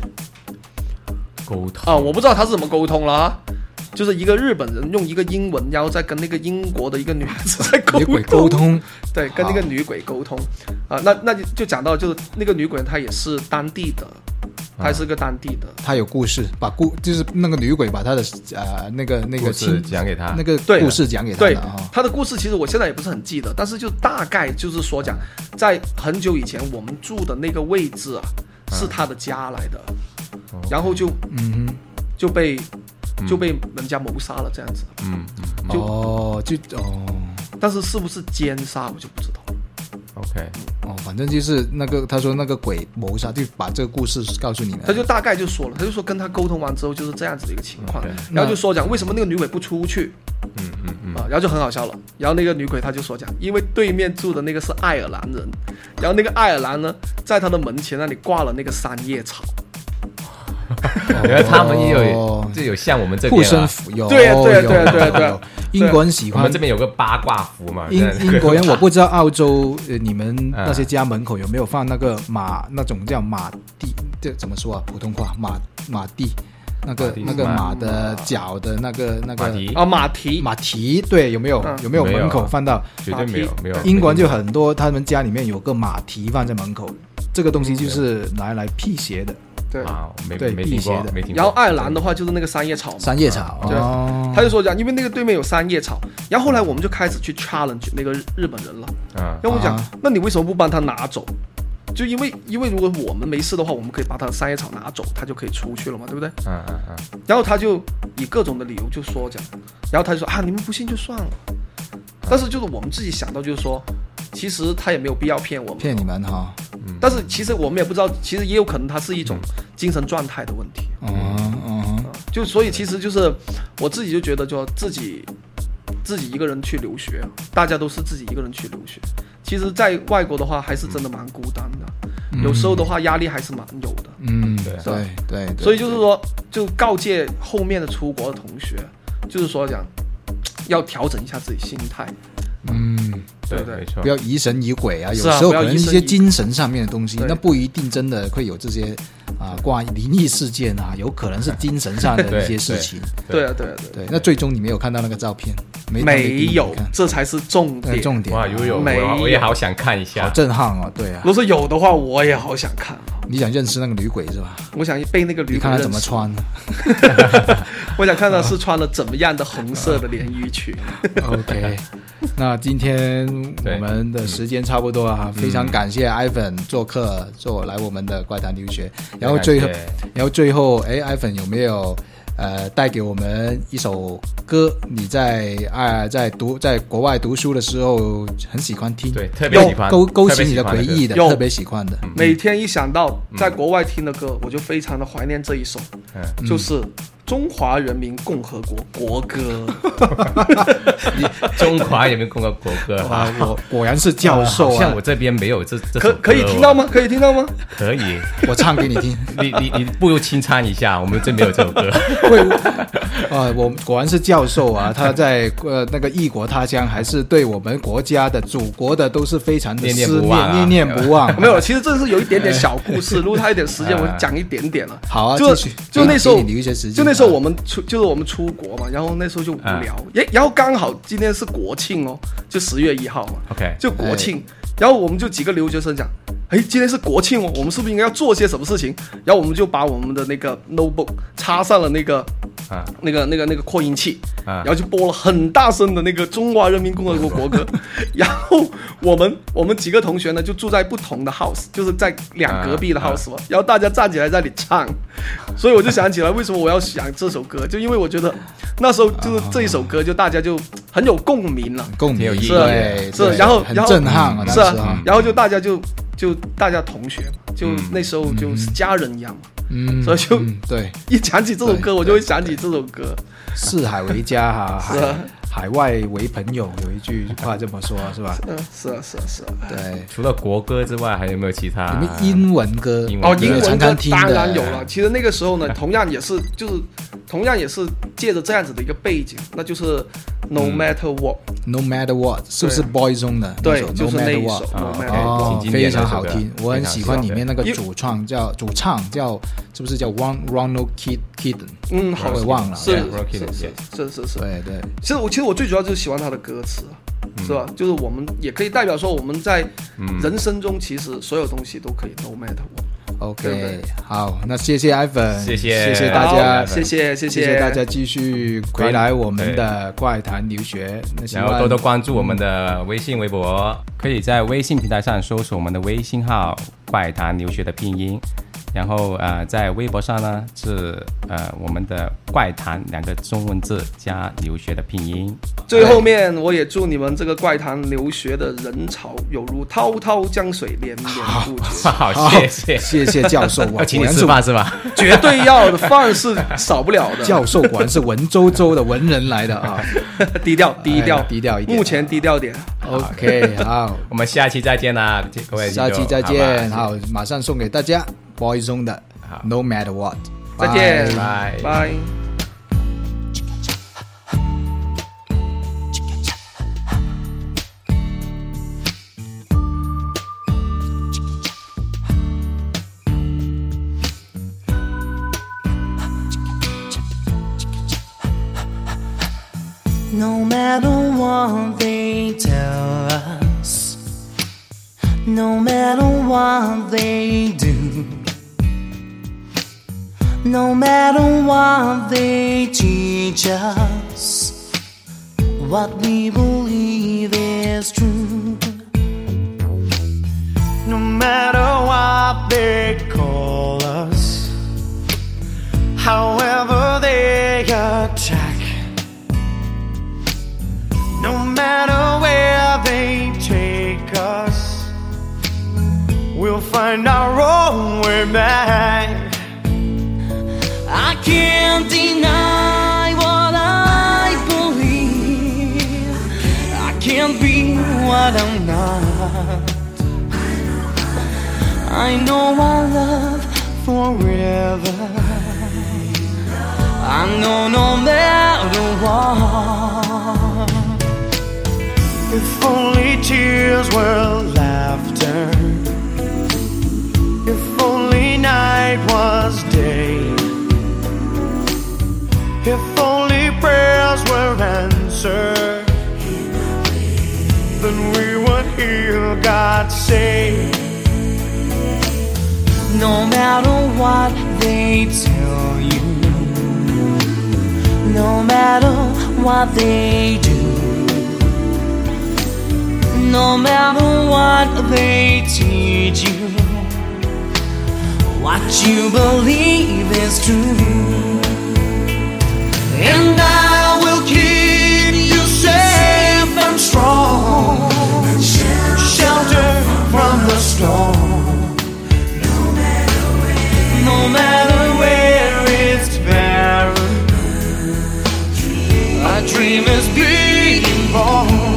Speaker 1: 沟
Speaker 3: 啊，
Speaker 1: 通
Speaker 3: 我不知道他是怎么沟通了啊，就是一个日本人用一个英文，然后再跟那个英国的一个女孩子在沟
Speaker 2: 女
Speaker 3: 通，
Speaker 2: 鬼沟通，
Speaker 3: 对，跟那个女鬼沟通啊，那那就就讲到就是那个女鬼她也是当地的，她是个当地的，
Speaker 2: 他有故事，把故就是那个女鬼把他的呃那个那
Speaker 1: 故
Speaker 2: 个
Speaker 1: 事
Speaker 2: 亲
Speaker 1: 讲给他
Speaker 2: 那个
Speaker 3: 对
Speaker 2: 故事讲给他
Speaker 3: 对
Speaker 2: 的啊，
Speaker 3: 她的故事其实我现在也不是很记得，但是就大概就是说讲，在很久以前我们住的那个位置啊，是她的家来的，然后就
Speaker 2: 嗯哼。
Speaker 3: 就被
Speaker 2: 嗯
Speaker 3: 就被人家谋杀了这样子，
Speaker 1: 嗯嗯
Speaker 3: 就
Speaker 2: 哦，就哦
Speaker 3: 但是是不是奸杀我就不知道了。
Speaker 1: ，OK，
Speaker 2: 哦，反正就是那个他说那个鬼谋杀，就把这个故事告诉你了。
Speaker 3: 他就大概就说了，他就说跟他沟通完之后就是这样子的一个情况
Speaker 1: OK
Speaker 3: 然后就说讲为什么那个女鬼不出去
Speaker 1: 嗯嗯嗯，
Speaker 3: 啊，然后就很好笑了。然后那个女鬼她就说讲，因为对面住的那个是爱尔兰人，然后那个爱尔兰呢，在他的门前那里挂了那个三叶草，
Speaker 1: 原来他们也有
Speaker 2: 哦
Speaker 1: 就有像我们这
Speaker 2: 护
Speaker 1: 边
Speaker 2: 身
Speaker 1: 啊，
Speaker 2: 符有，
Speaker 3: 对啊对啊
Speaker 2: 有
Speaker 3: 对啊对啊对啊
Speaker 2: 有英国人喜
Speaker 1: 我
Speaker 2: 欢
Speaker 1: 们这边有个八卦符嘛，
Speaker 2: 英
Speaker 1: 对
Speaker 2: 英国人，我不知道澳洲呃你们
Speaker 1: 啊
Speaker 2: 那些家门口有没有放那个马那种叫马地，这怎么说啊？普通话马马地，那
Speaker 1: 马
Speaker 2: 个
Speaker 1: 地
Speaker 2: 那个
Speaker 1: 马
Speaker 2: 马的脚的那个那
Speaker 1: 马
Speaker 2: 个
Speaker 1: 蹄
Speaker 3: 啊马蹄，
Speaker 2: 马蹄，对，有没有
Speaker 3: 嗯
Speaker 2: 有没有
Speaker 1: 没有
Speaker 2: 门口放到？
Speaker 1: 绝对没有没有，
Speaker 2: 英国人就很多，他们家里面有个马蹄放在门口，这个东西就是拿来辟邪的，
Speaker 3: 对。
Speaker 1: 啊，没
Speaker 2: 对
Speaker 1: 没听
Speaker 2: 辟邪
Speaker 1: 过
Speaker 2: 的
Speaker 1: 没听过，
Speaker 3: 然后爱尔兰的话就是那个三叶草嘛，
Speaker 2: 三叶草。
Speaker 3: 对
Speaker 2: 哦，
Speaker 3: 他就说讲，因为那个对面有三叶草，然后后来我们就开始去 challenge 那个日日本人了。
Speaker 1: 啊
Speaker 3: 要我讲
Speaker 2: 啊，
Speaker 3: 那你为什么不帮他拿走？就因为因为如果我们没事的话，我们可以把他的三叶草拿走，他就可以出去了嘛，对不对？
Speaker 1: 啊啊啊，
Speaker 3: 然后他就以各种的理由就说讲，然后他就说啊，你们不信就算了。但是就是我们自己想到就是说，其实他也没有必要骗我们，
Speaker 2: 骗你们哈。
Speaker 3: 但是其实我们也不知道，其实也有可能他是一种精神状态的问题。
Speaker 2: 嗯嗯
Speaker 3: 啊就所以其实就是我自己就觉得，就自己自己一个人去留学，大家都是自己一个人去留学。其实，在外国的话，还是真的蛮孤单的，有时候的话压力还是蛮有的。
Speaker 2: 嗯，
Speaker 1: 对
Speaker 2: 对对对。
Speaker 3: 所以就是说，就告诫后面的出国的同学，就是说讲要调整一下自己心态。
Speaker 2: 嗯，
Speaker 1: 对
Speaker 3: 对对
Speaker 1: 没错
Speaker 2: 不，要疑神疑鬼啊，有
Speaker 3: 是啊
Speaker 2: 时候
Speaker 3: 不要
Speaker 2: 可能
Speaker 3: 疑
Speaker 2: 一
Speaker 3: 神
Speaker 2: 些
Speaker 3: 疑
Speaker 2: 精神上面的东西，
Speaker 3: 对
Speaker 2: 那不一定真的会有这些啊，挂灵异事件啊，有可能是精神上的一些事情。
Speaker 3: 对啊，对啊，对啊。
Speaker 2: 对，那最终你没有看到那个照片，没当地
Speaker 3: 没
Speaker 2: 给你
Speaker 3: 有
Speaker 2: 看，
Speaker 3: 这才是重
Speaker 2: 那
Speaker 3: 点。
Speaker 2: 重点
Speaker 1: 哇，
Speaker 2: 啊
Speaker 1: 游泳
Speaker 3: 没有
Speaker 1: 我我也好想看一
Speaker 2: 好
Speaker 1: 下，
Speaker 2: 震撼哦，对啊
Speaker 3: 如，果说有的话，我也好想看啊！
Speaker 2: 你想认识那个女鬼是吧？
Speaker 3: 我想被那个
Speaker 2: 你
Speaker 3: 旅
Speaker 2: 看
Speaker 3: 馆
Speaker 2: 她怎么穿。啊
Speaker 3: 我想看他是穿了怎么样的红色的连衣裙。
Speaker 2: OK，那今天我们的时间差不多啊，非常感谢 Ivan 做客，做来我们的怪谈留学。然后最后
Speaker 1: 嗯感谢，
Speaker 2: 然后最后，哎，Ivan 有没有呃带给我们一首歌？你在啊、在读在国外读书的时候很喜欢听，
Speaker 1: 对，特别喜欢，
Speaker 2: 勾勾
Speaker 1: 特
Speaker 2: 起
Speaker 1: 别
Speaker 2: 你的
Speaker 1: 喜欢
Speaker 2: 回
Speaker 1: 歌
Speaker 2: 忆的，
Speaker 3: 有
Speaker 2: 特别喜欢的。
Speaker 3: 每天一想到在国外听的歌，我就非常的怀念这一首，
Speaker 1: 嗯
Speaker 3: 就是《中华人民共和国国歌》。
Speaker 1: 中华人民共和国歌哈
Speaker 2: 啊，我 果然是教授
Speaker 1: 好
Speaker 2: 啊
Speaker 1: 像！我这边没有这这
Speaker 3: 可
Speaker 1: 首歌
Speaker 3: 可以听到？吗？可以听到吗？
Speaker 1: 我可以，
Speaker 2: 我唱给你听。
Speaker 1: 你你你不如清唱一下，我们这没有这首歌。
Speaker 2: 会， 呃，我果然是教授啊，他在呃那个异国他乡，还是对我们国家的祖国的都是非常的
Speaker 1: 念念
Speaker 2: 思
Speaker 1: 不忘啊
Speaker 2: 念，念念不忘。
Speaker 3: 没有，其实这是有一点点小故事，如果他有点时 间，我讲一点点了。
Speaker 2: 啊好啊
Speaker 3: 就
Speaker 2: 继续
Speaker 3: 就那时候
Speaker 2: 给你留一些时，间啊
Speaker 3: 就那时候我们出，就是我们出国嘛，然后那时候就无聊，也然后刚好今天是国庆哦，就十月一号嘛，
Speaker 1: OK，
Speaker 3: 就国庆，
Speaker 2: 哎
Speaker 3: 然后我们就几个留学生讲，哎，今天是国庆哦，我们是不是应该要做些什么事情？然后我们就把我们的那个 notebook 插上了那个
Speaker 1: 啊
Speaker 3: 那个那个那个扩音器，
Speaker 1: 啊
Speaker 3: 然后就播了很大声的那个中华人民共和国 国歌，然后我们我们几个同学呢就住在不同的 house，就是在两隔壁的
Speaker 1: 啊
Speaker 3: house 嘛，然后大家站起来在那里唱，所以我就想起来为什么我要想这首歌，就因为我觉得那时候就是这一首歌就大家就很有共鸣了，
Speaker 2: 共鸣
Speaker 1: 挺有意义的
Speaker 2: 对，
Speaker 3: 是啊
Speaker 2: 对
Speaker 3: 然后
Speaker 2: 很
Speaker 3: 然后
Speaker 2: 震撼啊，当
Speaker 3: 是
Speaker 2: 时
Speaker 3: 啊
Speaker 2: 啊，，
Speaker 3: 然后就大家就就大家同学嘛，就
Speaker 1: 嗯
Speaker 3: 那时候就是家人一样嘛，
Speaker 2: 嗯，
Speaker 3: 所以就
Speaker 2: 嗯对，
Speaker 3: 一想起这首歌
Speaker 2: 对
Speaker 3: 我就会想起这首歌，
Speaker 2: 四海为家哈，
Speaker 3: 是啊
Speaker 2: 海海外为朋友，有一句话这么说，是吧？
Speaker 3: 嗯，是啊是啊是啊。
Speaker 2: 对，
Speaker 1: 除了国歌之外，还有没有其他？
Speaker 2: 你们英文歌
Speaker 1: 英文歌
Speaker 3: 哦，啊英
Speaker 2: 对
Speaker 3: 文
Speaker 2: 常
Speaker 3: 歌
Speaker 2: 常听的
Speaker 3: 当然有了。其实那个时候呢，同样也是就是，同样也是借着这样子的一个背景，那就是 No
Speaker 2: 嗯
Speaker 3: matter what，
Speaker 2: ，No Matter What，是不是 Boy 中的那
Speaker 3: 对
Speaker 2: 首，
Speaker 3: 就
Speaker 2: No
Speaker 3: 是那
Speaker 2: Matter
Speaker 3: 一
Speaker 2: What？
Speaker 3: 首 No
Speaker 1: 啊
Speaker 3: matter what。
Speaker 2: 哦
Speaker 1: 挺，经典的
Speaker 2: 非常好
Speaker 1: 这首歌
Speaker 2: 听，我很喜欢里面那个
Speaker 3: 非常喜欢
Speaker 2: 主创叫主唱叫，是不是叫 One Ronald Kid Kidden？
Speaker 3: 嗯，好
Speaker 2: 我也忘了。
Speaker 3: 是
Speaker 1: 对
Speaker 3: 是
Speaker 1: Rocky 的
Speaker 3: 是是是是。
Speaker 2: 对对，
Speaker 3: 其实我其实我最主要就是喜欢他的歌词，啊是吧？
Speaker 2: 嗯
Speaker 3: 就是我们也可以代表说我们在人生中其实所有东西都可以 No matter what。对
Speaker 2: OK，
Speaker 3: 对
Speaker 2: 好，那谢谢 Ivan，
Speaker 1: 谢谢
Speaker 2: 谢谢大家，
Speaker 3: 好谢谢
Speaker 2: 谢
Speaker 3: 谢谢
Speaker 2: 大家继续回来我们的怪谈留学，那希
Speaker 1: 然后
Speaker 2: 望
Speaker 1: 多多关注我们的微信、微博，可以在微信平台上搜索我们的微信号“怪谈留学”的拼音，然后呃，在微博上呢是呃我们的“怪谈”两个中文字加留学的拼音。
Speaker 3: 最后面我也祝你们这个怪谈留学的人潮有如滔滔江水连绵不绝。
Speaker 1: 好，
Speaker 2: 好，
Speaker 1: 谢谢。
Speaker 2: 谢谢教授，哇
Speaker 1: 要 请
Speaker 2: 果
Speaker 1: 你
Speaker 2: 然
Speaker 1: 吃
Speaker 2: 是
Speaker 1: 饭是吧？
Speaker 3: 绝对要的，饭是少不了 的。
Speaker 2: 教授果然是文绉绉的文人来的 啊。
Speaker 3: 低调，低调，
Speaker 2: 哎低调一点
Speaker 3: 目前低调点。
Speaker 2: OK，好，
Speaker 1: 我们下期再见啦，各位听
Speaker 2: 下
Speaker 1: 众，
Speaker 2: 期再见，
Speaker 1: 好吧，
Speaker 2: 好，马上送给大家 Boy Zone 的
Speaker 1: 好
Speaker 2: No Matter What，
Speaker 3: 再见，
Speaker 2: 拜
Speaker 1: 拜
Speaker 3: 拜。
Speaker 4: No matter what they tell us, no matter what they do, no matter what they teach us, what we believe is true. No matter what they call us, however they attack. No matter where they take us, we'll find our own way back. I can't deny what I believe. I can't be what I'm not. I know my love forever. I know no matter what. If only tears were laughter. If only night was day. If only prayers were answered. Then we would hear God say. No matter what they tell you, no matter what they do. No matter what they teach you, what you believe is true. And I will keep you safe and strong, shelter from the storm. No matter where it's barren, a dream is being born.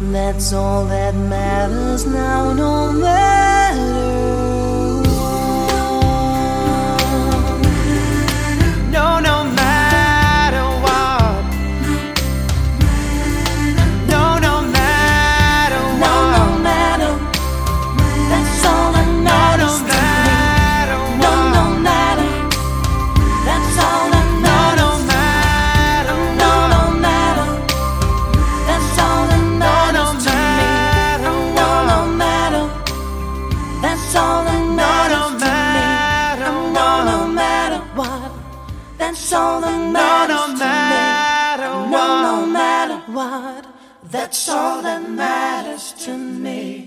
Speaker 5: That's all that matters now, no matter what.
Speaker 4: No, no matter what. No, no matter
Speaker 5: No, no
Speaker 4: what.
Speaker 5: matter. That's all that matters to me.
Speaker 4: matter
Speaker 5: No, no
Speaker 4: what.
Speaker 5: matter. That's all that
Speaker 4: No, no
Speaker 5: matters.
Speaker 4: matter
Speaker 5: No,
Speaker 4: what.
Speaker 5: no matter. That's all that
Speaker 4: No,
Speaker 5: matters
Speaker 4: no
Speaker 5: to me.
Speaker 4: matter
Speaker 5: No,
Speaker 4: what.
Speaker 5: no matter. That's all that
Speaker 4: No, no
Speaker 5: matters to me.
Speaker 4: matter
Speaker 5: No, no
Speaker 4: what.
Speaker 5: matter what. That's all that
Speaker 4: No,
Speaker 5: matters
Speaker 4: no
Speaker 5: to me.
Speaker 4: matter
Speaker 5: No,
Speaker 4: what.
Speaker 5: no matter what, that's all that matters to me.